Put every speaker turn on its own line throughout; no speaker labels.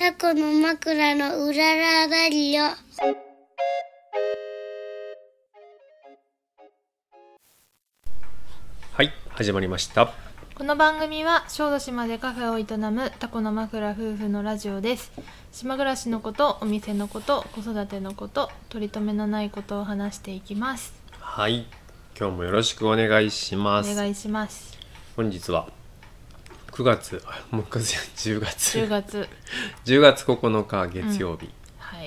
タコの枕のうららだりよ。
はい始まりました
この番組は小豆島でカフェを営むタコの枕夫婦のラジオです島暮らしのことお店のこと子育てのこと取り留めのないことを話していきます
はい今日もよろしくお願いし
お
ます
願いします
本日は9月あもう9月じゃない10月
10月
10月9日月曜日、
はい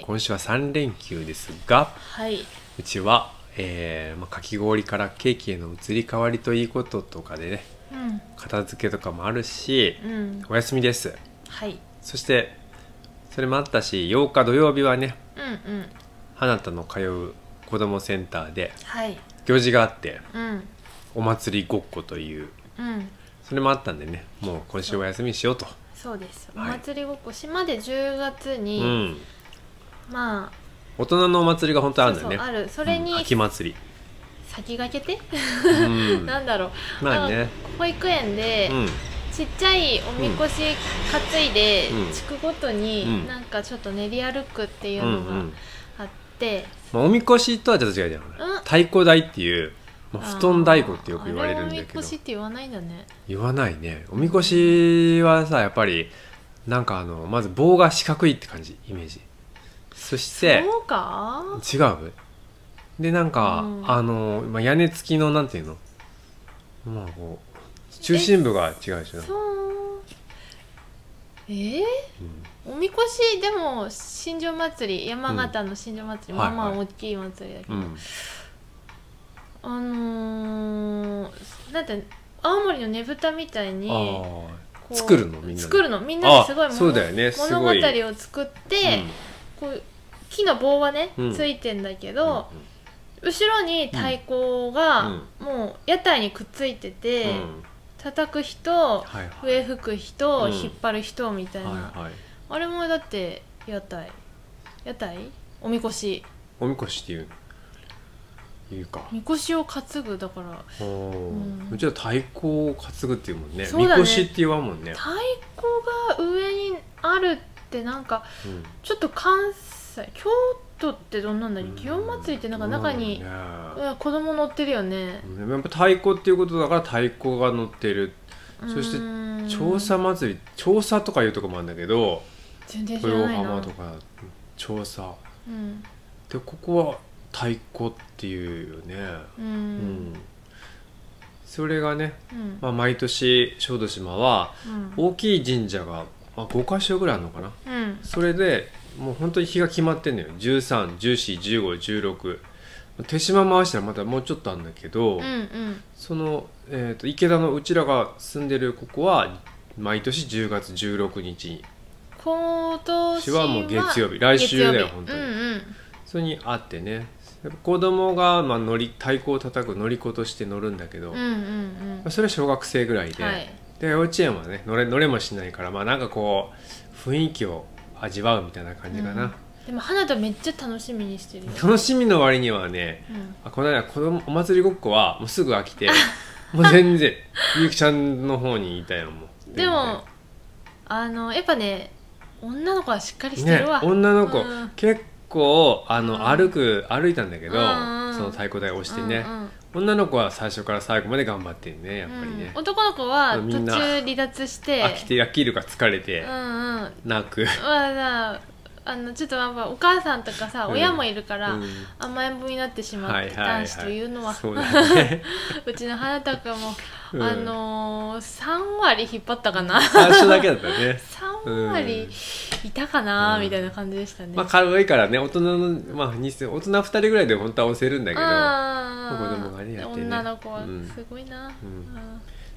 今週は3連休ですが
はい、
うちは、えーまあ、かき氷からケーキへの移り変わりということとかでね片付けとかもあるし
うんうん
お休みです
はい
そしてそれもあったし8日土曜日はね
うんうん
花田の通う子どもセンターで
はい
行事があって
うん
お祭りごっこという
うん
それもあったんでねもう今週お休みしようと
そうですお
はい
祭りごっこ島で10月
う
に、
ん
まあ
大人のお祭りが本当あるんだよね
そうそうあるそれに
うん秋祭り
先駆けて、
うん
なんだろう
まあね
保育園で、
うん
ちっちゃいおみこし担いで、
うん
地区ごと
うん
になんかちょっと練り歩くってい
う
う
んう
のが
ん
あって、
まあおみこしとはちょっと違うじゃん
うん
太鼓台っていうまあ
あー
布団太鼓ってよく言われるんだ
あれをおみ
けど
こしって言わないんだね
言わないねおみこしはさやっぱりなんかあのまず棒が四角いって感じイメージそして
そうか
違うでなんか、
うん
あの、まあ、屋根付きのなんていうのまあこう中心部が違うでしょなんか
そうえー、
うん
おみこしでも新庄祭り山形の新庄祭り、
うん
まあまあ
はいは
大きい祭りだけど、
うん
あのー、なんて青森のねぶたみたいに
ああ
こう
作るのみんなで
作るのみんなですごい
あ
もの
そうだよねすごい
物語を作って、こう木の棒はね、
うん
ついてんだけ
うん
ど、後ろに太鼓が、
うん
もう屋台にくっついてて、
うんうん
叩く人
はいはい
笛吹く人、
うん
引っ張る人みたいな、
はいはい
あれもだって屋台屋台おみこし
おみこしっていういうか
みこしを担ぐだから
おお
うん
うちは太鼓を担ぐっていうもんね
そう
み
だね
こしって言わんもんね
太鼓が上にあるってなんか
うん
ちょっと関西京都ってどんなんだっけ祇園祭ってなんか中に、
そうなんだ
うん子供乗ってるよね、
よねやっぱ太鼓っていうことだから太鼓が乗ってるそして
て
調査祭り調査とかいうとこもあるんだけど
全然知ら
豊
ない
浜
な
とか調査
うん
でここは太鼓っていうよね
う
うんんそれがね、
うん
まあ、毎年小豆島は
うん
大きい神社が、まあ、5箇所ぐらいあるのかな
うん
それでもう本当に日が決まってんのよ13141516手島回したらまたもうちょっとあるんだけど、
うんうん
その、えー、と池田のうちらが住んでるここは毎年10月16日に
今年
はもう月曜日来週だよ
月曜日
本当に
うんうん
それにあってねやっぱ子供がまあ乗り太鼓を叩く乗り子として乗るんだけど、
うん
ま
うん
あそれは小学生ぐらいで、
うんはい
で幼稚園はね乗れ乗れもしないからまあなんかこう雰囲気を味わうみたいな感じかな、
でも花田めっちゃ楽しみにしてるよ、
楽しみの割にはね
うん、
あこの間子供お祭りごっこはもうすぐ飽きてもう全 然ゆうきちゃんの方にいたよもう
でもあのやっぱね女の子はしっかりして
ね
るわ、
女の子、
うん
結構あの、
うん
歩く歩いたんだけど、
うんうん
その太鼓台を押してね、
うんうん
女の子は最初から最後まで頑張ってるねやっぱりね
うん、男の子は
うん
途
みん
中
な
離脱して
飽きて飽きるか疲れて
うんうん
泣く、
まあさあのちょっとやっぱお母さんとかさ、
うん
親もいるから、
うん
甘えん坊になってしまう、
はいはいはい
男子というのは
そうだね
うちの花高も、
うん
あのー、3割引っ張ったかな
最初だけだったね
3割いたかな、
うん
みたいな感じでしたね、
まあ可愛いからね大人の、まあ、にせ大人2人ぐらいで本当は押せるんだけど
あー
子供がねやってね
女の子は
うん
すごいな、
ん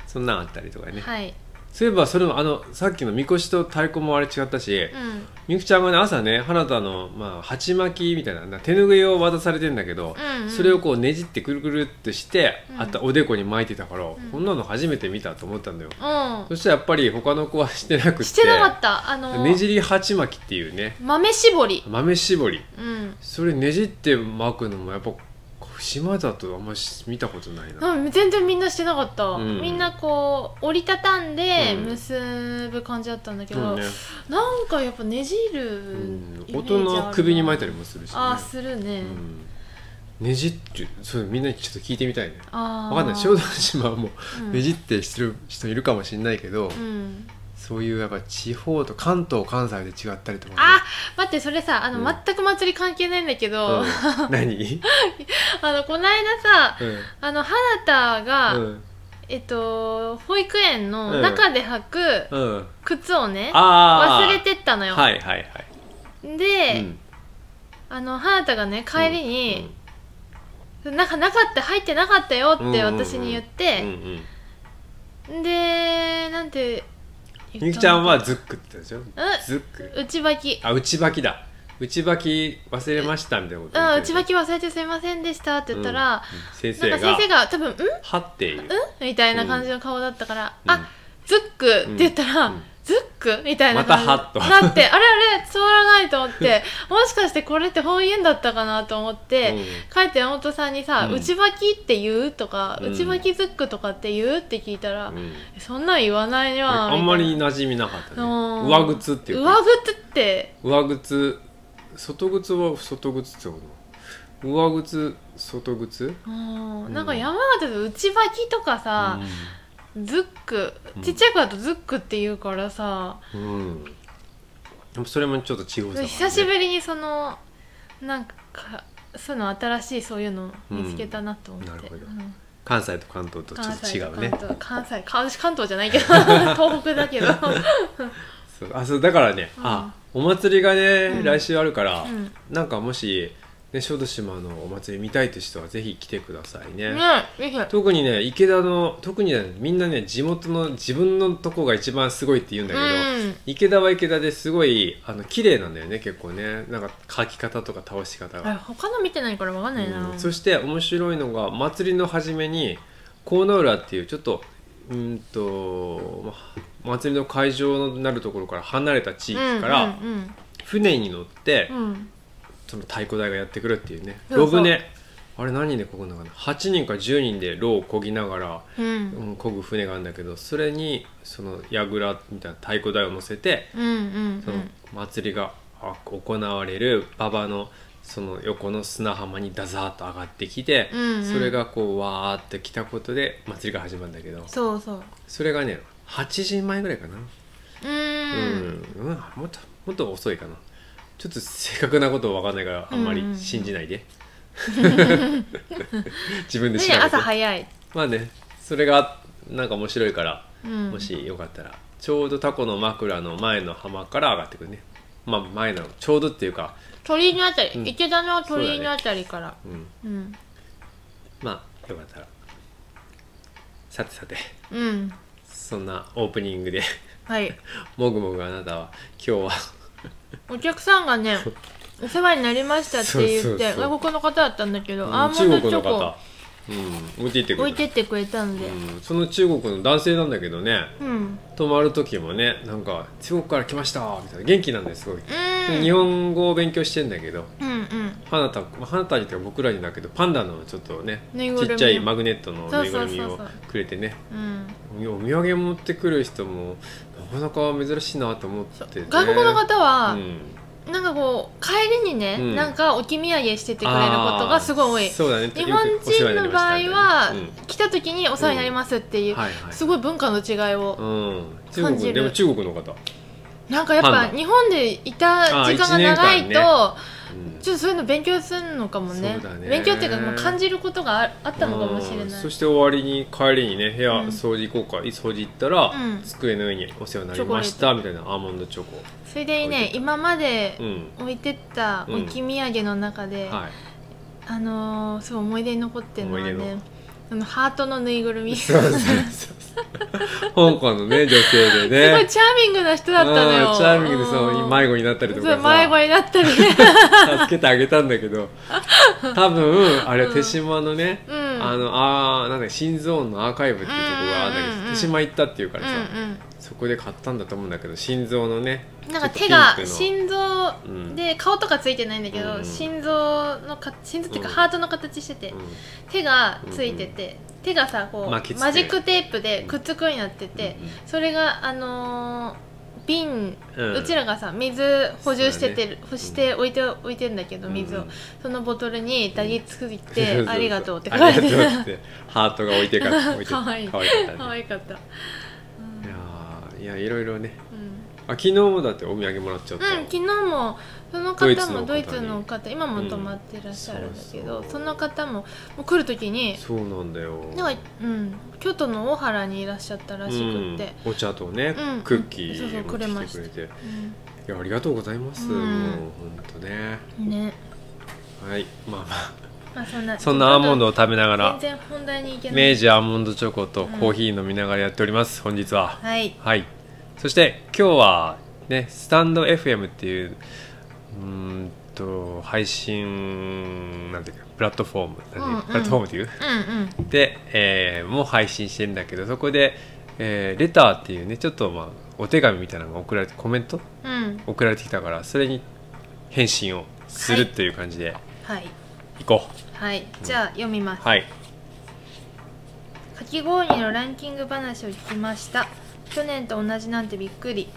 そんなんあったりとか
うん
ね、
はい、
そういえばそれもあのさっきのみこしと太鼓もあれ違ったし、
うん
みくちゃんがね朝ね花田の、まあ、鉢巻きみたいなな手拭いを渡されてんだけど、
うんうん
それをこうねじってくるくるってして、
うん
あったおでこに巻いてたから、
ん
こんなの初めて見たと思ったんだよ、
う
そしたらやっぱり他の子はしてなくて
ん、してなかったあのー
ねじり鉢巻きっていうね
豆絞り、
豆絞り
うん、
それねじって巻くのもやっぱ島だとあんまり見たことないな
うん全然みんなしてなかった、
うん
みんなこう折りたたんで
うん
結ぶ感じだったんだけ
う
ど、
んね
なんかやっぱねじる
うん
イメージあるな、
音の首に巻いたりもするし、ね、
ああするね、
うん、ねじってそれみんなちょっと聞いてみたいね
ああ
わかんない小豆島はもう
う
んねじってしてる人いるかもしれないけど、
うん
そういうやっぱ地方と関東関西で違ったりとかね、
あ待ってそれさあの、
うん
全く祭り関係ないんだけど、 あ
うん、何、
のこの間さ
うん
あの花田が、
うん
えっと保育園の中で履く
うん、
靴をね、
あ
忘
ー
れてったのよ、
はいはいはい、
で、
うん
あの花田がね帰りに、なんかなかった入ってなかったよって私に言っ
うんうん
て、
うんうん
でなんて言ったの
みゆきちゃんはズックって言ったでしょ
ん
ズック
内履き
あ内履きだ内履き忘れましたみたいなこと
うん内履
き
き忘れてすいませんでしたって言ったら、
先生
なん
が
か先生が多分「んん?」
はっていう、
みたいな感じの顔だったから「
うん
あズック」って言ったら「
うんうん
ズック?」みたいな感じ
またはっと
なってあれあれ触らないと思って もしかしてこれって方言だったかなと思って。帰って山本さんにさ「
うん
内履きって言う?」とか「
うん
内履きズックとかって言う?」って聞いたら
うんうん
「そんなん言わないよ」
あんまり
み
馴染みなかったね
うん
上靴って
た
い
いうな
か
上靴って
上靴外靴は外靴ってこと上靴外靴
うん
ん
なんか山形で内履きとかさ
うん
ズック
うん
ちっちゃい子だとズックって言うからさ
うん、でもそれもちょっと違うさ、
久しぶりにそのなんかそういうの新しいそういうの見つけたなと思って、
うんなるほど
うん
関西と関東とちょっと違うね
関東関西関私関東じゃない けど東北だけど、
そうあそうだからね、
うん
あお祭りがね、
うん
来週あるから、
うん
なんかもし、ね、小豆島のお祭り見たいって人はぜひ来てくださいね、
ねぜひ
特にね池田の特にねみんなね地元の自分のとこが一番すごいって言うんだけど、
うん
池田は池田ですごいあの綺麗なんだよね結構ねなんか書き方とか倒し方
あ
が、
他の見てないからわかんないな、
うんそして面白いのが祭りの初めに河野浦っていうちょっとうーんとま祭りの会場になるところから離れた地域から、
うん
船に乗って、
うんうん
その太鼓台がやってくるっていうね
そうそう
ロブねあれ何人でこぐのかな8人か10人でロをこぎながら、
うん
う、ん、こぐ船があるんだけどそれにその櫓みたいな太鼓台を乗せて
うんうん
その祭りがあ行われる馬場のその横の砂浜にダザーッと上がってきて、
うんうん
それがこうわーって来たことで祭りが始まるんだけど
そうそう
それがね8時前ぐらいかな
うーん
うん、うん、もっともっと遅いかなちょっと正確なことわかんないからあんまり信じないで、 自分で調べ
ね
て、
朝早い、
まあねそれがなんか面白いから、
うん、
もしよかったらちょうどタコの枕の前の浜から上がってくるねまあ前なのちょうどっていうか、
鳥居のあたり、
うん
池田の鳥居のあたりから
うん、
う,、
まあよかったらさてさて
んうん
そんなオープニングで
はい
もぐもぐあなたは今日は
お客さんがねお世話になりましたって言って
そうそうそう
外国の方だったんだけど、アー
中
モン
国
ドチ
の
ョコ
方、うん、置いていってくれ
置いてってくれたので
うんその中国の男性なんだけどね
うんうん
泊まる時もねなんか「中国から来ました」みたいな元気なんですごい、日本語を勉強してんだけど
うんうん
花田まあ花田にというか僕らにだけどパンダのちょっとね
ぬいぐるみ
ちっちゃいマグネットの
そう
ぬいぐ
そう
る
そう
み
そう
をくれてね
うん
お土お土産持ってくる人もなかなか珍しいなと思って、ね、
外国の方は
う、ん
なんかこう帰りにね、
うん
なんか置き土産しててくれることがすごい
あー
多い
そうだね
日本人の場合は、
よくお世話になりましたみたいなね
来た時にお世話になりますっていう、
うんはいはい
すごい文化の違いを、
うん、中
感じ
国
る
でも中国の方、
なんかやっぱ
パンダ
日本でいた時間が長いと、
あー一年間うん
ちょっとそういうの勉強するのかもね
そうだね
勉強っていうかもう感じることがああったのかもしれない
うんそして終わりに帰りにね部屋
うん
掃除行こうか、掃除行ったら、
うん
机の上にお世話になりましたみたいなアーモンドチョコ
それでいい
置い
ね
てた
今まで
うん
置いてった
うん
置き土産の中で、
はい
あのー、すごい思い出に残ってるのは
思い出
ね
の
あのハートのぬいぐるみ
そう そうそう香港のね女性です
ごい
ね
チャーミングな人だったの
う
よ。
んチャーミングでそ
ん
う迷子になったりとか
そう迷子
さ
に なったり。
助けてあげたんだけど多分あれ手島のね、
うん
あのあーなんだっけ心臓音のアーカイブっていうところがあるんだけど、
うんうんうん
手島行ったっていうからさ、
う
そこで買ったんだと思うんだけど心臓のね
んうん、なんか
ちょ
手
っと
が
ピンクの
心臓で顔とかついてないんだけど、
うん
心臓のか心臓っていうか
うん
ハートの形してて、
う
手がついてて、手がさこうマ
巻きつけ
ジ
て
ックテープでくっつくようになってて、
うんうん
それがあのー瓶、う
うん
ちらがさ水補充して
そ
て、
うだね
ほして置いて置いてんだけど水を、
うんうん
そのボトルに抱きつい
ん
て、ありがとうって書
あ
い
り
て
がとうっ
あ
てハートが置いてから置いて
かわいい
かわいかった
る
ね
可愛かった、
い
うん
やーいやいろいろね
うん
あ昨日もだってお土産もらっちゃっ
う
た、
ん、昨日もその
ドイ
方
ツの方
も
に
ドイツの方今も泊まってらっしゃるんだけど、
うんそうそう
その方ももう来る時に
そうなんだよ
なんか、うん、京都の大原にいらっしゃったらしくって、
うんお茶とね、
うん
クッキー
そうそう
も
くれま
来
して
くれてい
うん
やありがとうございます、
うん
もう本当ね
ね
はいまあま あ
まあそんな
そんなアーモンドを食べなが
全
ら
然本題にいけない
明治アーモンドチョコとコーヒー飲みながらやっております、本日は
はい
はいそして今日はねスタンド FM っていううーんと配信なんていうかプラットフォーム、
うんうん
プラットフォームっていう
うんうん
で、えーもう配信してんだけどそこで、えーレターっていうねちょっとまあお手紙みたいなのが送られてコメント
うん
送られてきたからそれに返信をする
はい
という感じで
はい
いこ
はいじゃあ読みます
うはい、
かき氷のランキング話を聞きました去年と同じなんてびっくり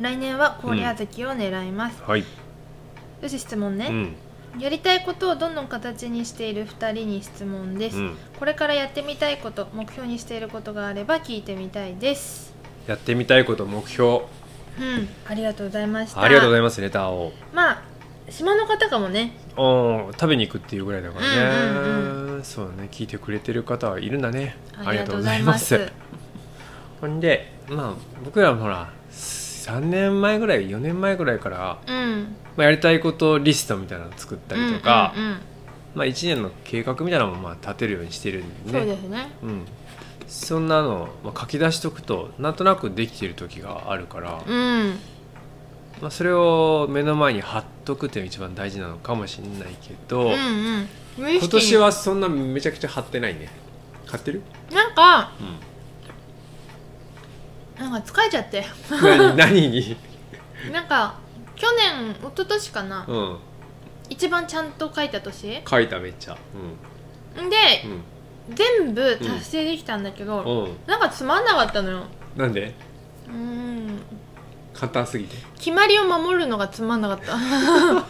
来年は氷小豆を狙います、
はい
よし質問ね、
うん
やりたいことをどんどん形にしている2人に質問です、
うん
これからやってみたいこと目標にしていることがあれば聞いてみたいです
やってみたいこと目標
うんありがとうございました
ありがとうござ
い
いますレターを
ますまあ島の方かもね
うん食べに行くっていうぐらいだからね、
うん
そうだね聞いてくれてる方はいるんだね
ありがとうございます
ありがとうございますほんでまあ僕らもほら3年前ぐらい4年前ぐらいから
うん
まあ、やりたいことリストみたいなの作ったりとか、
うんうんうん
まあ、1年の計画みたいなのもまあ立てるようにしてるんでね
そうですね
うん、そんなのをまあ書き出しとくとなんとなくできてる時があるから、
うん
まあ、それを目の前に貼っとくっていうのが一番大事なのかもしれないけど、
うんうん無意識に
今年はそんなめちゃくちゃ貼ってないね貼ってる、
なんか
うん、
なんか疲れちゃって
何 何に、
なんか去年一昨年かな、
うん、
一番ちゃんと書いた年で、
書いためっちゃ
全部達成できたんだけ
う
ど、
ん、うんうん、
なんかつまんなかったのよ
なんで
うーん
簡単すぎて、
決まりを守るのがつまんなかった なん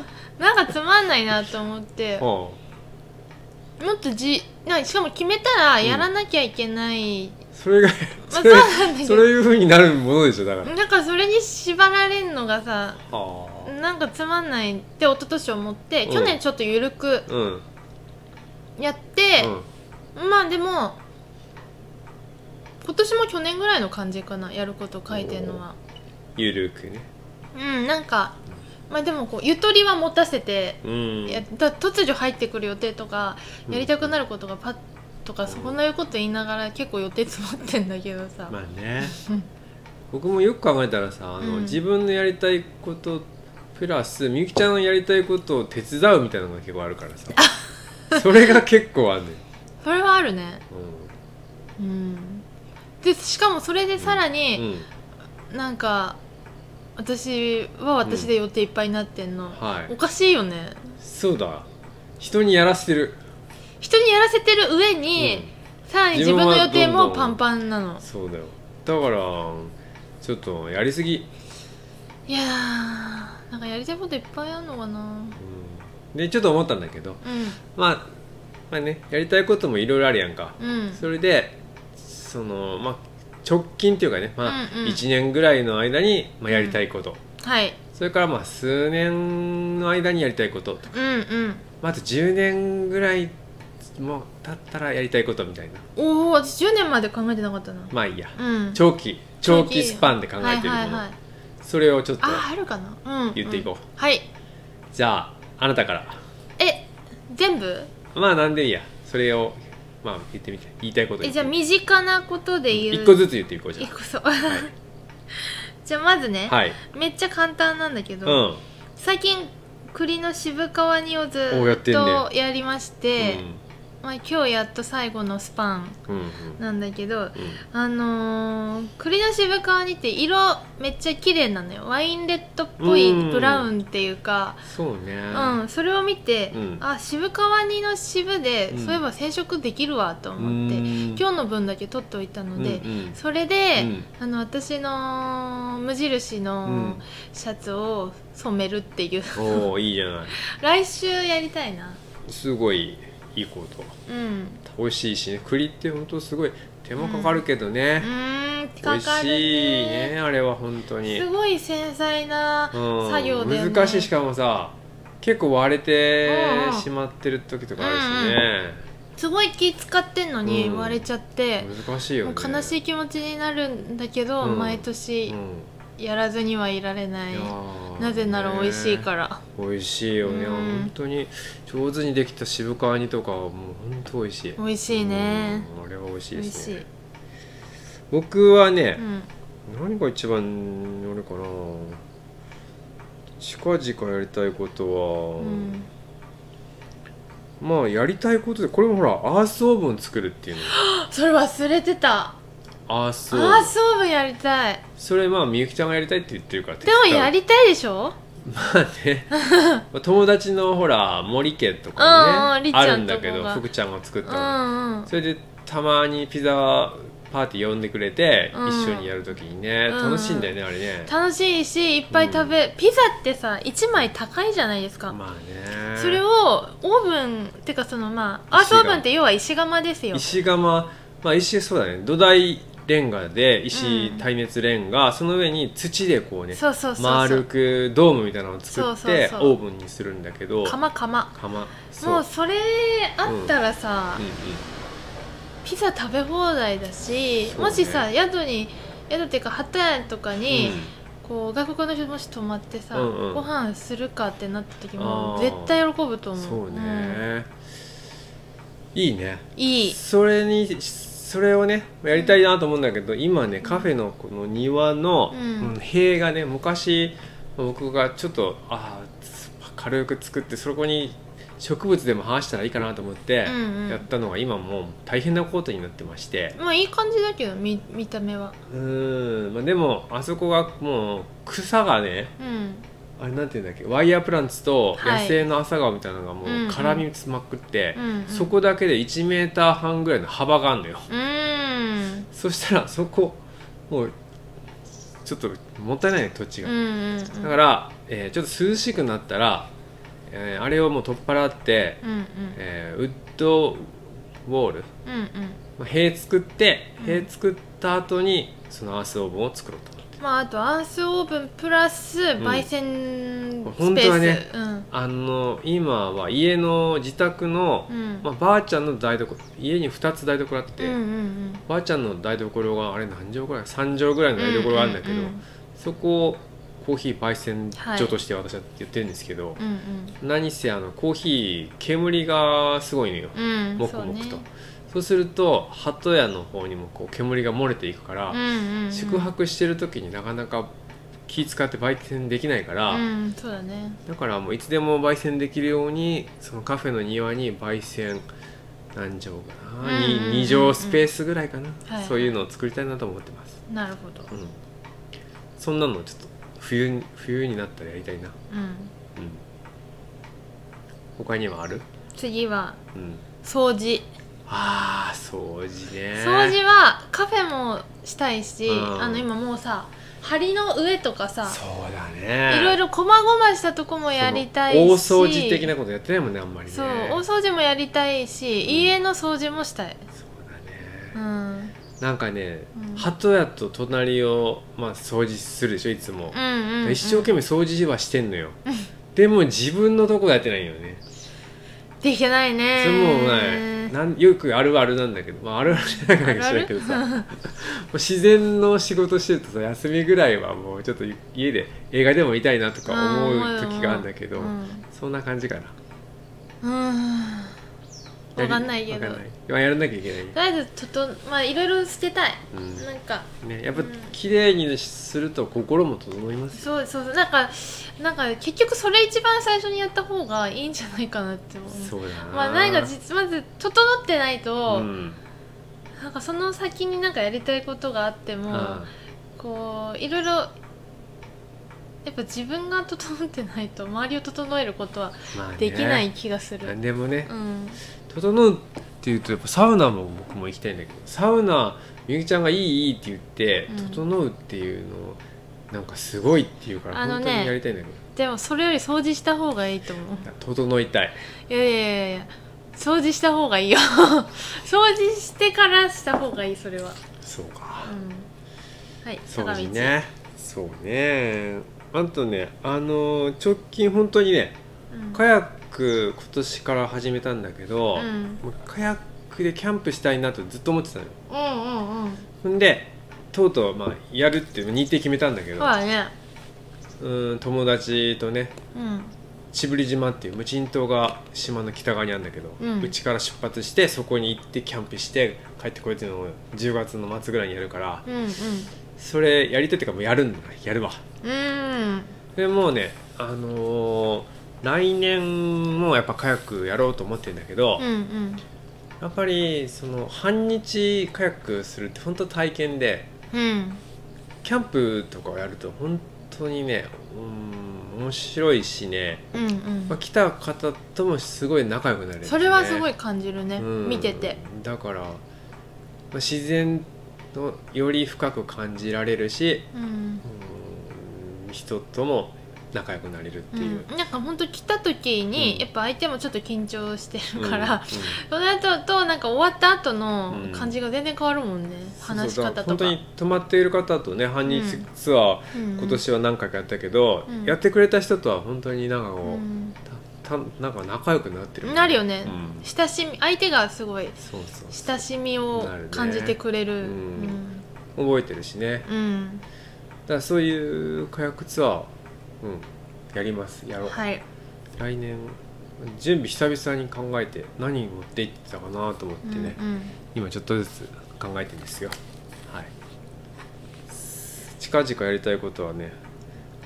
かつまんないなと思って
う
も
ん、
っとじなんかしかも決めたらやらなきゃいけない、
それが
まあ
そ
そう
れ,、
なんだけ
そ
ど
ういうふうになるものでしょだから、
なんかそれに縛られんのがさ
はあ
なんかつまんないって一昨年思って、
うん
去年ちょっと緩く
うん、
やって、まあでも今年も去年ぐらいの感じかなやること書いてるのは
ゆるくね
うんなんかまあでもこうゆとりは持たせて
うん
いやだ突如入ってくる予定とか
うん
やりたくなることがパッとかそんなこと言いながら結構予定詰まってんだけどさ、
まあ ね
うん
僕もよく考えたらさあの、
うん
自分のやりたいことプラスみゆきちゃんのやりたいことを手伝うみたいなのが結構あるからさ それが結構あるねん、
それはあるね
う
うんでしかもそれでさら
ん
に、
うん
なんか私は私で予定いっぱいになってんの、
はい
おかしいよね
そうだ人にやらせてる、
人にやらせてる上
う
に、
ん、
さらに自
自
分
分
の
は
予定も
どんどん
パンパンなの
そうだよだからちょっとやりすぎ、
いやーなんかやりたいこといっぱいあるのかな
うん、でちょっと思ったんだけど
う
まあまあねやりたいこともいろいろあるやんか、
んうん
それでそのまあ直近っていうかね、まあ
うんうん
1年ぐらいの間に、まあ、やりたいこと、
はい
それからまあ数年の間にやりたいこととか、
うんうん
まあ、あと10年ぐらいも経ったらやりたいことみたいな
おお私10年まで考えてなかったな
まあいいや、
うん
長期長期スパンで考えてるもの、
はいはいはい、
それをちょっと
あああるかな、うん、
言っていこう、
うんはい
じゃああなたから
え全部
まあなんでいいやそれをまあ言ってみて言いたいこと言
え
っ
じゃ
て
あ身近なことで言う
一個ず
つ
つ言っていこうじゃ
一個そうじゃあまずね、
あはい、
めっちゃ簡単なんだけど、
うん
最近栗の渋皮煮をず
おやっ
って
んね
とやりまして、
うん
まあ、今日やっと最後のスパン
うんうん
なんだけどあのー、栗田渋川にて色めっちゃ綺麗なのよワインレッドっぽい
うん
ブラウンっていうか、
そうね
うんそれを見て、
うん
あ渋川にの渋で、
うん
そういえば染色できるわと思って、今日の分だけ取っておいたので、
うん
それ
う
で、
ん
あの私の無印
う
の
ん
シャツを染めるっていう
おおいいじゃない
来週やりたいな
すごいいいこと
うん
美味しいしね栗って本当すごい手間かかるけどね、
うーん
美
か
味
か
し
る
いねあれは本当に
すごい繊細な
うん
作業で、
難しいしかもさ結構割れ
うんう
て
ん
しまってる時とかあるし
すごい気使ってんのに
うん
割れちゃって
ね、、難しいよ
も
ね
う悲しい気持ちになるんだけど、
うん
毎年
うん
やらずにはいられな
い
い
やー
なぜなら美味しい
ね
から、
美味しいよね、
うん
本当に上手にできた渋皮煮とかはもう本当美味しい
美味しいね、
うんあれは美味しい
美
で
味
す
しい
ね僕は
う
ね、
ん
何が一番あれかな近々やりたいことは、
うん
まあやりたいことでこれもほらアースオーブン作るっていうの
それ忘れてた
アースオーブ
ア
ン
ースオーブンやりたい
それまあみゆきちゃんがやりたいって言ってるから
でもやりたいでしょ
まあ ね友達のほら森家とか
うんうん
も
りっ
ね
ち
あ
ゃ
る
ん
ん
とこが
だけど福ちゃんが作っ
う
た
んう
の、
ん
それでたまにピザパーティー呼んでくれて、
うん
一緒にやるときにね
うん
楽しいんだよねあれね
楽しいしいっぱい食べ、ピザってさ1枚高いじゃないですか、
まあね
それをオーブンってかそのまあアースオーブンって要は石窯ですよ
石窯まあ石そうだね土台レンガで石、
うん
耐熱レンガその上に土でこうね
そうそうそうそう
丸くドームみたいなのを
そ
作
う
っ
そう
て
そう
オーブンにするんだけど
窯窯
窯そう
もうそれあったらさ、
うんうん
ピザ食べ放題だし、
そうね
もしさ宿に宿っていうかハタヤとかに、
うん
こう外国の人もし泊まってさ、
うんうん
ご飯するかってなった時も
あー
絶対喜ぶと思う
そうね、いいね
うんいい
それにそれをねやりたいなと思うんだけど今ねカフェのこの庭の、
うん
うん塀がね昔僕がちょっとあーつ軽く作ってそこに植物でも生やしたらいいかなと思って
うんうん
やったのが今もう大変なことになってまして
まあいい感じだけど見見た目は
うーん、まあ、でもあそこがもう草がね
うん
あれなんていうんだっけワイヤープランツと
はい
野生の朝顔みたいなのがもう
うんうん
絡みつまくって、
うんうん
そこだけで1メーター半ぐらいの幅があるのよ
うーん
そしたらそこもうちょっともったいないね土地
うん
が、
うん
だから、えーちょっと涼しくなったら、えーあれをもう取っ払って、
うんうん
えーウッドウォール、
うんうん
まあ、塀作って
うん
塀作った後にそのアースオーブンを作ろうと思って
まああとアースオーブンプラス
ん
焙煎ス
本
ペ
当は
ー
ね
ス、うん
あの今は家の自宅の、
うん
まあ、ばあちゃんの台所家に2つ台所あっ
うん
て、
うんうん
ばあちゃんの台所があれ何畳ぐらい3畳ぐらいの台所があるんだけど、
うんうんうん
そこをコーヒー焙煎所として私は言ってるんですけど、
うん
何せあのコーヒー煙がすごいのよ、
うんうん
もくもくと
そ
そうう,、
ね
すると鳩屋の方にもこう煙が漏れていくから、
うんうん
宿泊してる時になかなか気使って焙煎できないから、
うんそうだね
だからもういつでも焙煎できるようにそのカフェの庭に焙煎何畳かな、
うんうんうんうん
2, 畳スペースぐらいかな、
はい
そういうのを作りたいなと思ってます、
なるほど
うん、そんなのちょっと冬に冬になったらやりたいな、
うん
うん、他にはある、
次は
うん、
掃除
あー掃除ね
掃除はカフェもしたいし、
うん
あの今もうさ梁の上とかさ
そうだね
いろいろ細々したとこもやりたいし
大掃除的なことやってないもんねあんまりね
そう大掃除もやりたいし、家の掃除もしたい
そうだ
う
ね
ん
なんかね、
うん
鳩屋と隣を、まあ、掃除するでしょいつも
う、んうん、うん、
一生懸命掃除はしてんのよ、でも自分のとこやってないよね、
できないね
それもうないなんよくあるあるなんだけど、まあ、あるあるじゃないかもしれないけどさ もう自然の仕事してるとさ休みぐらいはもうちょっと家で映画でも見たいなとか思う時があるんだけど、
うん
そんな感じかな
うんわかんないけど
わかんまあやらなきゃいけない
とりあえずちょっとまあいろいろ捨てたい、
うん
なんか
ね、やっぱ
うん
綺麗にすると心も整いますよ
そうそうそうなんかなんか結局それ一番最初にやった方がいいんじゃないかなって思う
そうだな
まあなんか実まず整ってないと、
うん
なんかその先になんかやりたいことがあっても、
あ
こういろいろやっぱ自分が整ってないと周りを整えることは
あまあね
できない気がする、
何でもね
うん
整うっていうとやっぱサウナも僕も行きたいんだけどサウナみゆきちゃんが「いいいい」って言って
うん
「整う」っていうのなんかすごいっていうから
あの
本
ね
当にやりたいんだけど、
でもそれより掃除した方がいいと思う
整いたい
いやいやいやいや掃除した方がいいよ 掃除してからした方がいいそれは、
そう
う
か
ん、はい
そう
坂道
ねそうねあとねあの直近本当にね
うん
カヤック今年から始めたんだけど、
うん、うん
もうカヤックでキャンプしたいなとずっと思ってたのよ
うんうん
ほんでとうとうまあやるっていう日程決めたんだけ
そう
ど
だね
うん友達とね
うん
千振島っていう無人島が島の北側にあるんだけど
うん
うち、から出発してそこに行ってキャンプして帰ってこいっていうのを10月の末ぐらいにやるから
うんうん
それやりたいっていうかもうやるんだやるわ
うん
でもうねあのー来年もやっぱカヤックやろうと思ってるんだけど、
うんうん
やっぱりその半日カヤックするって本当体験で
うん
キャンプとかをやると本当にねうん面白いしね、
うんうん
まあ、来た方ともすごい仲良くなれる、ね、
それはすごい感じるね、
うん
見てて
だから、まあ、自然とより深く感じられるし
うん、
うん人とも仲良くなれるっていう、
うんなんか本当来た時に、
うん
やっぱ相手もちょっと緊張して
う
る
ん
から、
う
その後となんか終わった後の
うん
感じが全然変わるもんね、
ん
話し
そうそう
方
だら
と
本
か
当に泊まっている方とね半日ツアー、今年は何回かやったけど、
うん
やってくれた人とは本当になんかこ
う
う、
ん
たたなんか仲良くなってる
なるよね
うん
親しみ相手がすごい
そうそう
親しみを感じてくれる
なるね覚えてるしね
うん、うん
だからそういうカヤックツアー、うん、やりますやろう、
はい
来年準備久々に考えて何持って行ってたかなと思ってね、
うんうん
今ちょっとずつ考えてるんですよはい近々やりたいことはね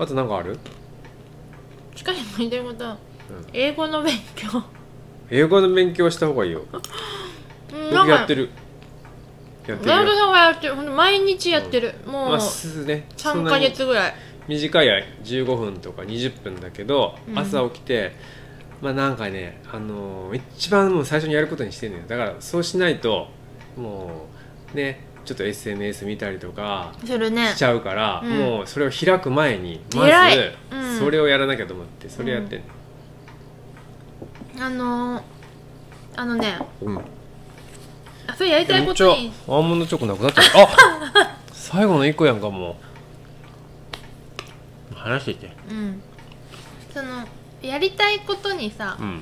あと何かある、
近にも言いたいことは
うん
英語の勉強
英語の勉強した方がいいよ
うん
僕やって
る
るやってる
大学
よ
さんがやってるほんと毎日やってる、も
ま
う
あすねそん
3
な
か
に
月ぐらい
短いや15分とか20分だけど、
うん
朝起きてまあなんかね、あのー一番もう最初にやることにしてるのよだからそうしないともうねちょっと SNS 見たりとか
するね
しちゃうから、
うん
もうそれを開く前にま
偉いうん
ずそれをやらなきゃと思ってそれやってんの
あのー、あのね
うん、
あそれやりたい
め
こ
っちゃア
とに
ーモンドチョコなくなっちゃったあ最後の1個やんかもう話してて
うんそのやりたいことにさ、
うん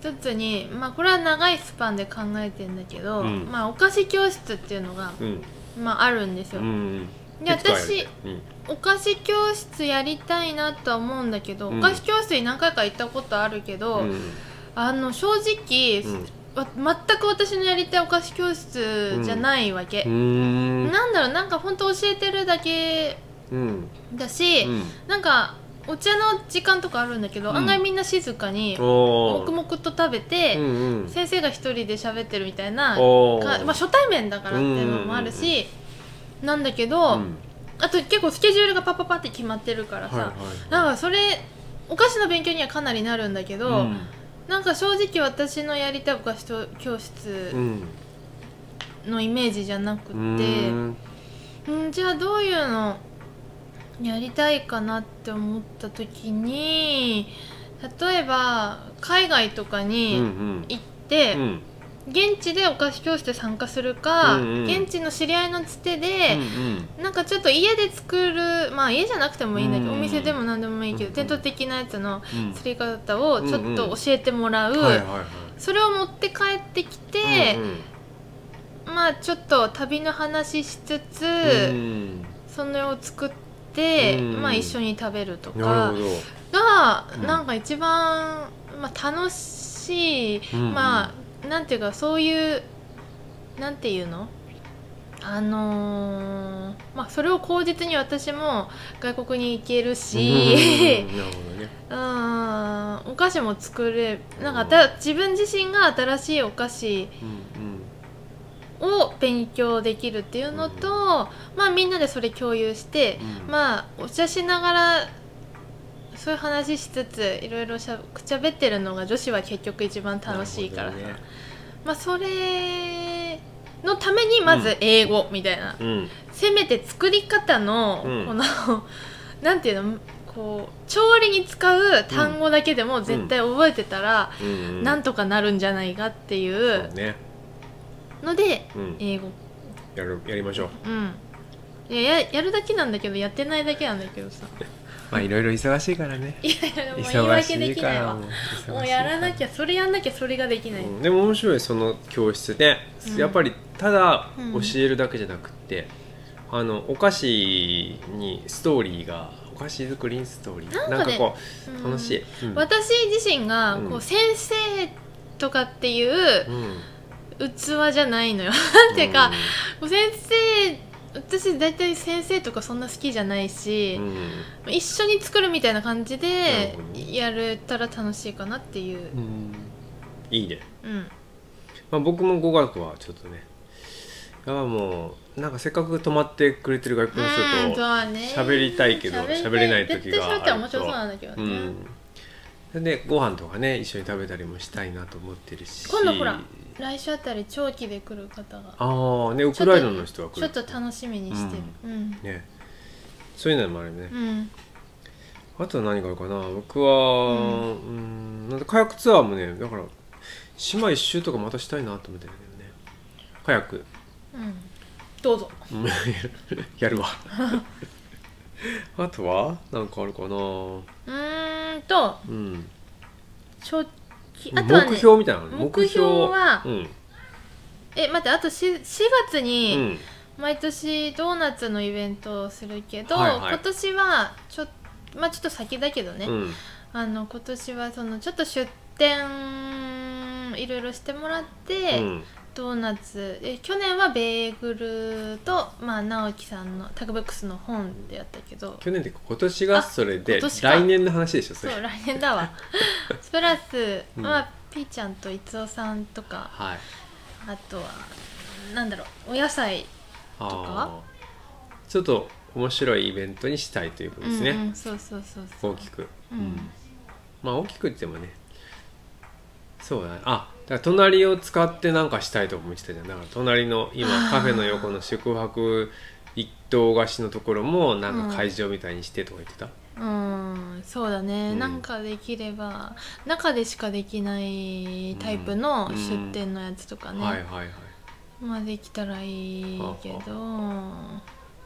一つにまあこれは長いスパンで考えてんだけど、
うん
まあお菓子教室っていうのが、
うん
まああるんです
う
よ、
んいつ
で
かやる
私
うん
お菓子教室やりたいなとは思うんだけど、
うん
お菓子教室に何回か行ったことあるけど、
うん
あの正直、
うん
わ全く私のやりたいお菓子教室じゃないわけ
う、ーん
なんだろうなんか本当教えてるだけ
うん
だし、
うん
なんかお茶の時間とかあるんだけど、
うん
案外みんな静かに
お
黙
ー
々と食べて、
うんうん
先生が一人で喋ってるみたいな
おー
かまあ、初対面だからっていうのもあるし、なんだけ
う
ど、
ん
あと結構スケジュールがパッパッパって決まってるからさ、
はいはい
なんかそれお菓子の勉強にはかなりなるんだけど、
うん
なんか正直私のやりたいお菓子教室
うん
のイメージじゃなくて、
う
う
ー
ん
ん
じゃあどういうのやりたいかなって思った時に例えば海外とか
うんう
に
ん
行って、
うんうん
現地でお菓子教室参加するか、
うんうん
現地の知り合いのつてで、なんかちょっと家で作るまあ家じゃなくてもいいんだけど、
うん
お店でも何でもいいけど、
うん
伝統的なやつの
うん
作り方をちょっと教えてもらう、
はいはいはい
それを持って帰ってきて
うん、
まあちょっと旅の話しつつ、
うん
それを作って、
うん
まあ一緒に食べると
うんな
か
るほど
が、
うん
なんか一番、まあ、楽しし、
うん
まあなんていうかそういうなんていうのあのーまあそれを口実に私も外国に行けるし、
うんなるほどね
うーんお菓子も作れなんかた自分自身が新しいお菓子
うん
を勉強できるっていうのと、まあみんなでそれ共有して、
うん
まあお茶しながらそういう話しつついろいろしゃくちゃべってるのが女子は結局一番楽しいからさ、
なるほ
まあそれのためにまず英語みたいな、
どね
せめて作り方の
うん
この、 なんていうのこう調理に使う単語だけでも絶対覚えてたら、
うんうんうん
なんとかなるんじゃないかってい
そう
う
ね
ので
うん
英語
やるやりましょう
うんいやややるだけなんだけどやってないだけなんだけど さ
まあいろいろ忙しいからね
いやいやもう言い
忙
訳
し
で
い
き
か
ない
ら
わ
もう忙しいから
もうやらなきゃそれやんなきゃそれができない、
うんでも面白いその教室ね、
うん
やっぱりただ
うん
教えるだけじゃなくって、あのお菓子にストーリーがお菓子作りにストーリー
なんか
なんか
ね
こ
うん
う楽しい、うん
私自身が
うん
こう先生とかっていう
うん
器じゃないのよ なんていうか、
う
先生私大体先生とかそんな好きじゃないし
ん、
一緒に作るみたいな感じ
な
で
るほどね
やれたら楽しいかなっていう
う、んいいね、
うん、
まあ、僕も語学はちょっとねやっぱもうなんかせっかく泊まってくれてる外国の
うん
人
と
と
はね
喋りたいけど喋れない時
絶対そ
が
れ
あ
っ
る
て
と
面白そうなんだけどね、
うん、でご飯とかね一緒に食べたりもしたいなと思ってるし
今度ほら来週あたり長期で来る方が
ああねウクライナの人が来
ちょ
る
っと楽しみにしてるうん
ねそういうのもあるね、
うん
あとは何があるかな僕はうんなんでカヤックツアーもねだから島一周とかまたしたいなと思ってるんだけどねカヤック
うんどうぞ
うんやるわあとは何かあるかな
うーんと
うん
長期あとはね
目標みたいなのね
目標は
うん
え待ってあとし4月
う
に
ん
毎年ドーナツのイベントをするけど、
はいはい
今年はちょまあちょっと先だけどね、
うん
あの今年はそのちょっと出店いろいろしてもらって、
うん
ドーナツえ去年はベーグルと、まあ、直樹さんのタグボックスの本でやったけど
去年で今年がそれ
あ
で
今年か
来年の話でしょそ
そ
れ
う来年だ わプラス、
うん
まあピーちゃんと逸夫さんとか
はい
あとはなんだろうお野菜
あ
とか
ーちょっと面白いイベントにしたいということですね、
うんうん、そうそうそうそう
大きく、
うん
まあ大きくって言ってもねそうだねあだから隣を使ってなんかしたいと思ってたじゃんだから隣の今
あー
カフェの横の宿泊一棟貸しのところもなんか会場みたいにしてとか言ってた、
うんそうだね、
うん
なんかできれば中でしかできないタイプの
うん
出店のやつとかね、
はいはいはい
まあできたらいいけど
な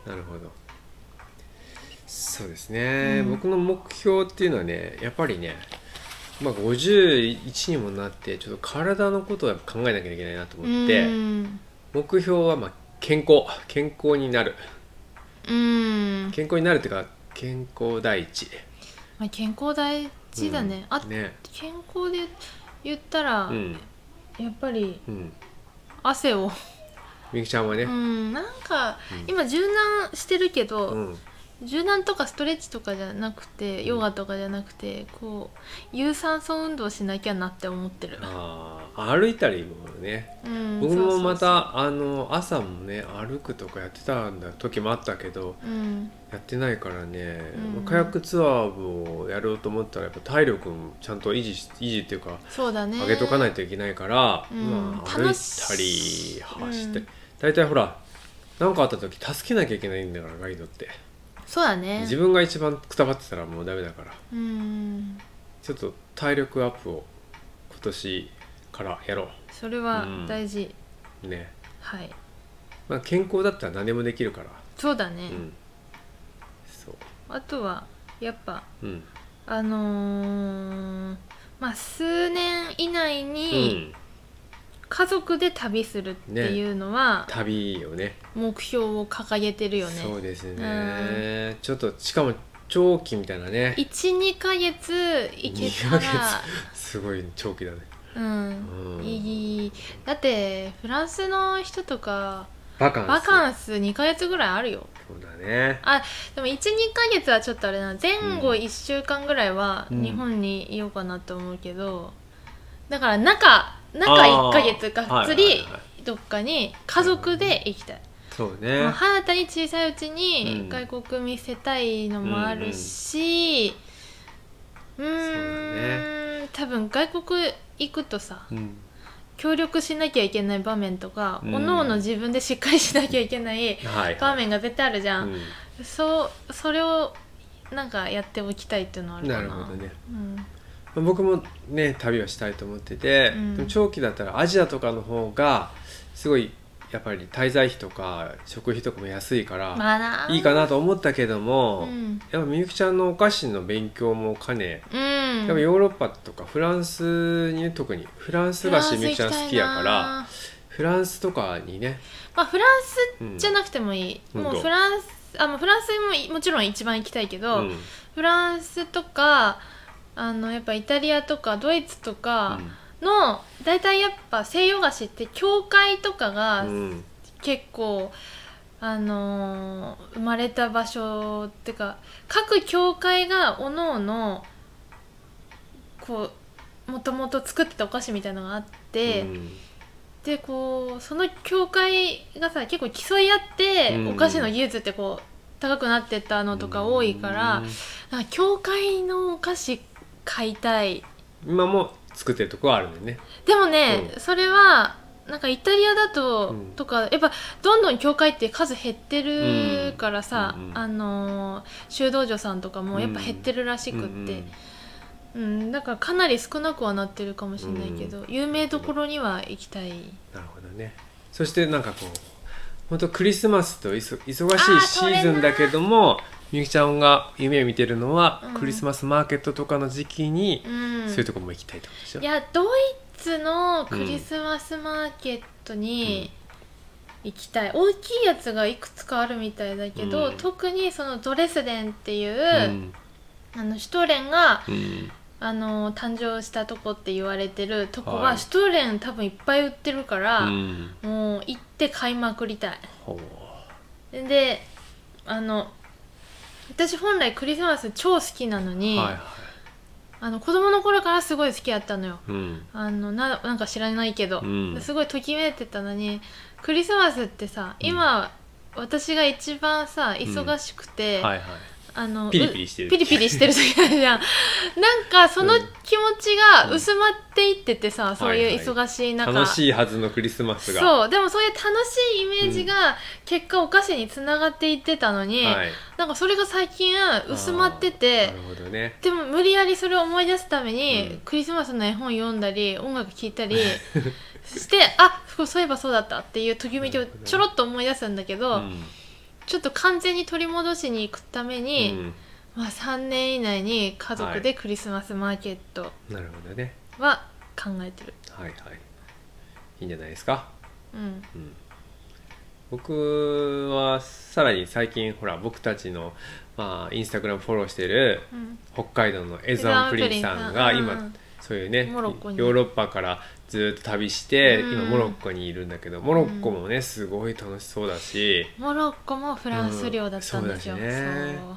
るほどそうですね、
うん
僕の目標っていうのはねやっぱりねまあ51にもなってちょっと体のことをやっぱ考えなきゃいけないなと思って、
うん
目標はまあ健康健康になる
うん、
健康になるっていうか健康第一
まあ、健康大事だね、
うん
あ
ね
健康で言ったら、
うん
やっぱり
うん
汗を、
みゆきちゃんはね、
う
うん
ん、なんか、
うん
今柔軟してるけど、柔軟とかストレッチとかじゃなくてヨガとかじゃなくてこう有酸素運動しなきゃなって思ってる、
あー歩いたりもね、
うん、
僕もま
そう
たあの朝もね歩くとかやってたんだ時もあったけど
そうそううん
やってないからね、
うん
カヤックツアーをやろうと思ったらやっぱ体力もちゃんと維持し維持っていうか
そうだね
上げとかないといけないから、
うん
まあ、歩い
楽
た
し
り走って、
うん
大体ほら何かあった時助けなきゃいけないんだからガイドって。
そうだね
自分が一番くたばってたらもうダメだから
うん
ちょっと体力アップを今年からやろ
それは
うん
大事、
うね、
はい
まあ、健康だったら何でもできるから
そうだ
う
ね、
んそう
あとはやっぱ
うん
あのーまあ数年以内
う
に
ん
家族で旅するっていうのは
旅をね
目標を掲げてるよね
そうですねちょっとしかも長期みたいなね
12ヶ月行けた
二ヶ
ら
すごい長期だね
うん、
うん
いいだってフランスの人とか
バカンス
バカンス2ヶ月ぐらいあるよ
そうだね
あでも12ヶ月はちょっとあれな前後1週間ぐらいは
うん
日本にいようかなと思うけど、だから中中1ヶ月がっつ
はい
り
はいは
どっかに家族で行きたい、
そう
ま
ね
あ新たに小さいうち
う
に
ん
外国見せたいのもあるしうーん多分外国行くとさ
うん
協力しなきゃいけない場面とか、
うん
おのおの自分でしっかりしなきゃいけない
はい
場面が絶対あるじゃん、
う
そうそれをなんかやっておきたいっていうのはあ
ん
るか
な
な
るほどね
うん
まあ僕もね旅をしたいと思ってて、
うん
でも長期だったらアジアとかの方がすごいやっぱり滞在費とか食費とかも安いから、
まあない
いかなと思ったけど
う
も、
ん、
やっぱみゆきちゃんのお菓子の勉強も兼ね、
うん、
やっぱヨーロッパとかフランスに特にフランス菓子みゆきちゃん好きやか
フラ
ら
ンス行き
フランスとかにね
たいなまあフランス
うん
じゃなくてもいい、
うん
もう
本当
フランスあもうフランスももちろん一番行きたいけ
う
ど、
ん
フランスとかあのやっぱイタリアとかドイツとかの、だいたいやっぱ西洋菓子って教会とかが
うん
結構、あのー生まれた場所ってか各教会がおのおのこうもともと作ってたお菓子みたいのがあって、
うん
でこうその教会がさ結構競い合って、
うん
お菓子の技術ってこう高くなってったのとか多いから、なんか教会のお菓子買いたい
うん今も作ってるとこはあるんでね
でもね、
う
それはなんかイタリアだと、
うん
とかやっぱどんどん教会って数減ってるからさ、
うんうん
あのー修道女さんとかもやっぱ減ってるらしくっ
うん
て、うんだからかなり少なくはなってるかもしれないけど、有名どころには行きたい
なるほどねそしてなんかこう本当クリスマスといそ忙し
あー
いシーズンだけどもみゆきちゃんが夢を見てるのは、
うん
クリスマスマーケットとかの時期に、
うん
そういうとこも行きたいってことでしょ
いやドイツのクリスマスマーケットに行きたい、大きいやつがいくつかあるみたいだけ
う
ど、
ん
特にそのドレスデンっていう、
うん
あのシュトーレンが
うん
あの誕生したとこって言われてるとこは、
はい
シュトーレン多分いっぱい売ってるから、
うん
もう行って買いまくりた
ほう
いであの私本来クリスマス超好きなのに、
はいはい
あの子供の頃からすごい好きだったのよ
うん
あのななんか知らないけど、
うん
すごいときめいてたのにクリスマスってさ
うん
今、私が一番さ忙しくて、
はいはい
あの
ピリピリしてる
うピリピリしてる時あるじゃんなんかその
うん
気持ちが薄まっていっててさ、そういう忙しい中、
楽しいはずのクリスマスが
そうでもそういう楽しいイメージが結果お菓子につながっていってたのに、
はい
なんかそれが最近薄まって
あー
て
なるほどね
でも無理やりそれを思い出すために、
うん
クリスマスの絵本読んだり音楽聴いたり してあそういえばそうだったっていうときめきをちょろっと思い出すんだけ
う
ど、
ん
ちょっと完全に取り戻しに行くために、まあ、3年以内に家族でクリスマスマーケット
うんなるほどね
は考えてる、
はいはいいいんじゃないですか
うん
うん僕はさらに最近ほら僕たちの、まあ、インスタグラムフォローしてる
うん、
北海道のエザンプリンさんが
エザン
今、
プリンさんうん
そういうね
モロッコに
ヨーロッパからずっと旅して、
うん
今モロッコにいるんだけどモロッコもねすごい楽しそうだし
モロッコもフランス領だったんですよ、
うんそうだしね
そう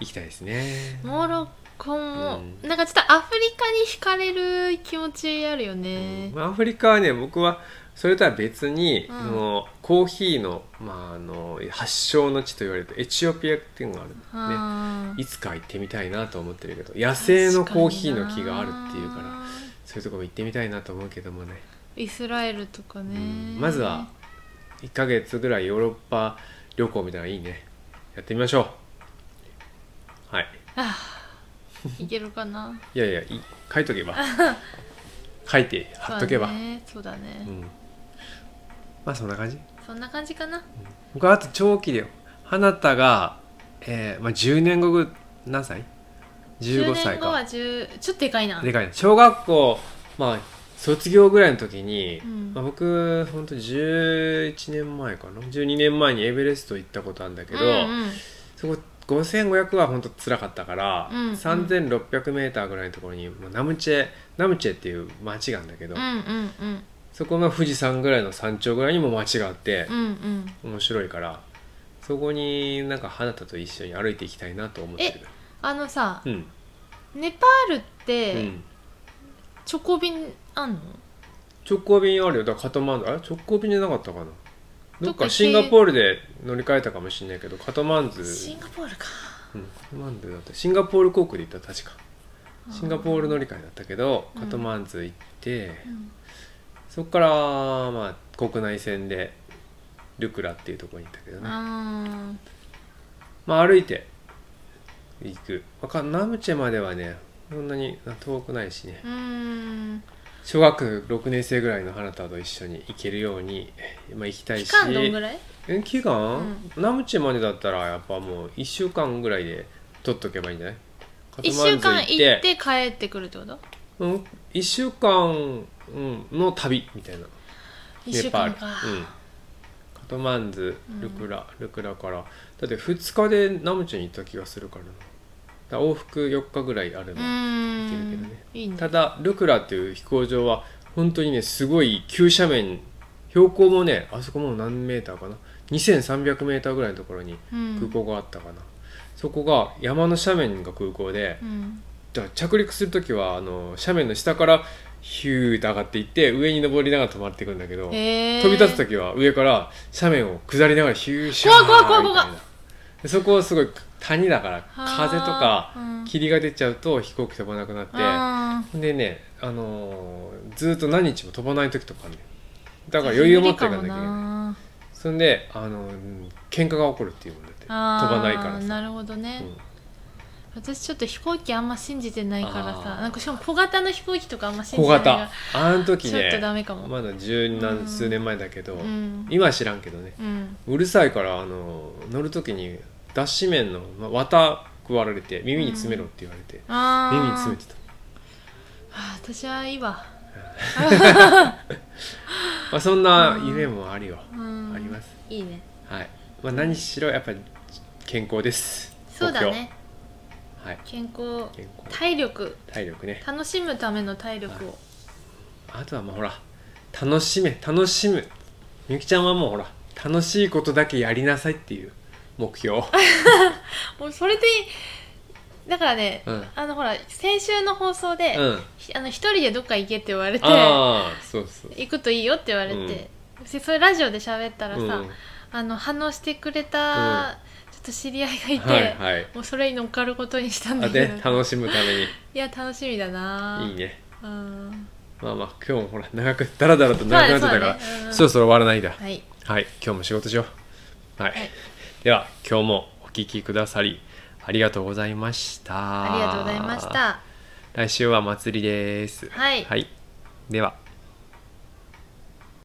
行きたいですね。
モロッコも、
う
なんかちょっとアフリカに惹かれる気持ちあるよ
うん
ね、
まあアフリカはね僕はそれとは別に、
うん
そのコーヒーの,、まあ、あの発祥の地と言われるエチオピアっていうのがあるんだよね。
あー
いつか行ってみたいなと思ってるけど野生のコーヒーの木があるっていうから
確にな
そういうとこも行ってみたいなと思うけどもね、
イスラエルとかね、
うんまずは1ヶ月ぐらいヨーロッパ旅行みたいなのいいねやってみましょうはい
いけるかない
やいやい書いとけ ば書いて貼っとけばう,、
そうだねそうだね、
んまあそんな感じ
そんな感じかな
僕はあと長期で花田が、えーまあ、10年後ぐ何歳 ?15 歳
10年後
か
は10ちょっとでかいな
でかいね小学校まあ卒業ぐらいの時に、
うん
まあ、僕ほんと11年前かな12年前にエベレスト行ったことあるんだけど、
うんうん
そそこ5500は本当辛かったから、
うんうん
3600m ぐらいのところにもうナムチェナムチェっていう町があるんだけど、
うんうんうん
そこの富士山ぐらいの山頂ぐらいにも町があって
う、んうん
面白いからそこになんか花田と一緒に歩いていきたいなと思ってる
あのさ、
うん、
ネパールって、
うん、
チョコビンあんの
直行便あるよだからカトマンズあれ直行便じゃなかったかなどっ
どっか
か
経
シンガポールで乗り換えたかもしれないけどカトマンズ、
シンガポールか
うん、カトマンズだったシンガポール航空で行った確かシンガポール乗り換えだったけど
うん
カトマンズ行って、
うん
そこからまあ国内線でルクラっていうところに行ったけどね
あー
まあ歩いて行く、まあか、ナムチェまではねそんなに遠くないしね
うーん
小学6年生ぐらいの花田と一緒に行けるように、まあ、行きたいし
期間どんぐらい
え期間、ナムチェまでだったらやっぱもう1週間ぐらいで取っとけばいいんじゃない
1週間行って帰ってくるってこと
うん、1週間、うん、の旅みたいな
1週間か、
うん、カトマンズルクラ、ルクラからだって2日でナムチェに行った気がするからなだから往復4日ぐらいある
う
の、
ーん
行けるけどね
いいね
ただルクラっていう飛行場は本当にねすごい急斜面標高もねあそこもう何メーターかな2300メーターぐらいのところに
うん
空港があったかな、そこが山の斜面が空港で
うん
だから着陸する時はあの斜面の下からヒューッと上がっていって上に登りながら止まっていくんだけど、
へー
飛び立つ時は上から斜面を下りながらヒューシャーみ
怖い
た
怖い怖
い
い怖い
なでそこはすごい谷だから風と
あ
か
ーうん
霧が出ちゃうと飛行機飛ばなくなって、
あ
でね、あのーずーっと何日も飛ばない時とかあんねんだから余裕を持っていかなきゃいけない
な
そんで、あのーうん喧嘩が起こるっていうもんだって飛
あー
ばないからさ
なるほどね、
うん
私ちょっと飛行機あんま信じてないから
あー
さなんかしかも小型の飛行機とかあんま信
小
じてないか
型
ら
あの時
ちょっ
ね
とダメかも、
まだ十何数年前だけど、
うん
今は知らんけどね
うん
うるさいから、あのー乗る時に脱脂綿のま綿加わられて耳に詰めろって言われて、
あー
耳に詰めてた
あー私はいいわ、
まあ、そんな夢もあるよ、
うん、
あります
いいね
はい、まあ、何しろやっぱり健康です
そうだね
目標はい
健康
健康
体力
体力ね
楽しむための体力を
あとはまあほら楽しめ楽しむみゆきちゃんはもうほら楽しいことだけやりなさいっていう目標
もうそれでだからね、
うん
あのほら先週の放送で、
うん
ひあの一人でどっか行けって言われて
ああそうそう
行くといいよって言われて、でそれラジオで喋ったらさ、
うん
あの反応してくれ
うん
たちょっと知り合いがいて、
はいはい
もうそれに乗っかることにしたん
あ
だけ
で
ど、
楽しむため
いや楽しみだな
にい
い
いね
うん
まあまあ今日もほら長くダラダラと長くなってたから、
そうだねそうだねうん
そろそろ終わらないだ
はい
はい、今日も仕事しよう。はい。
はい
では、今日もお聞きくださり、ありがとうございました。
ありがとうございまし。た
来週は祭りです。
はい
はい。では。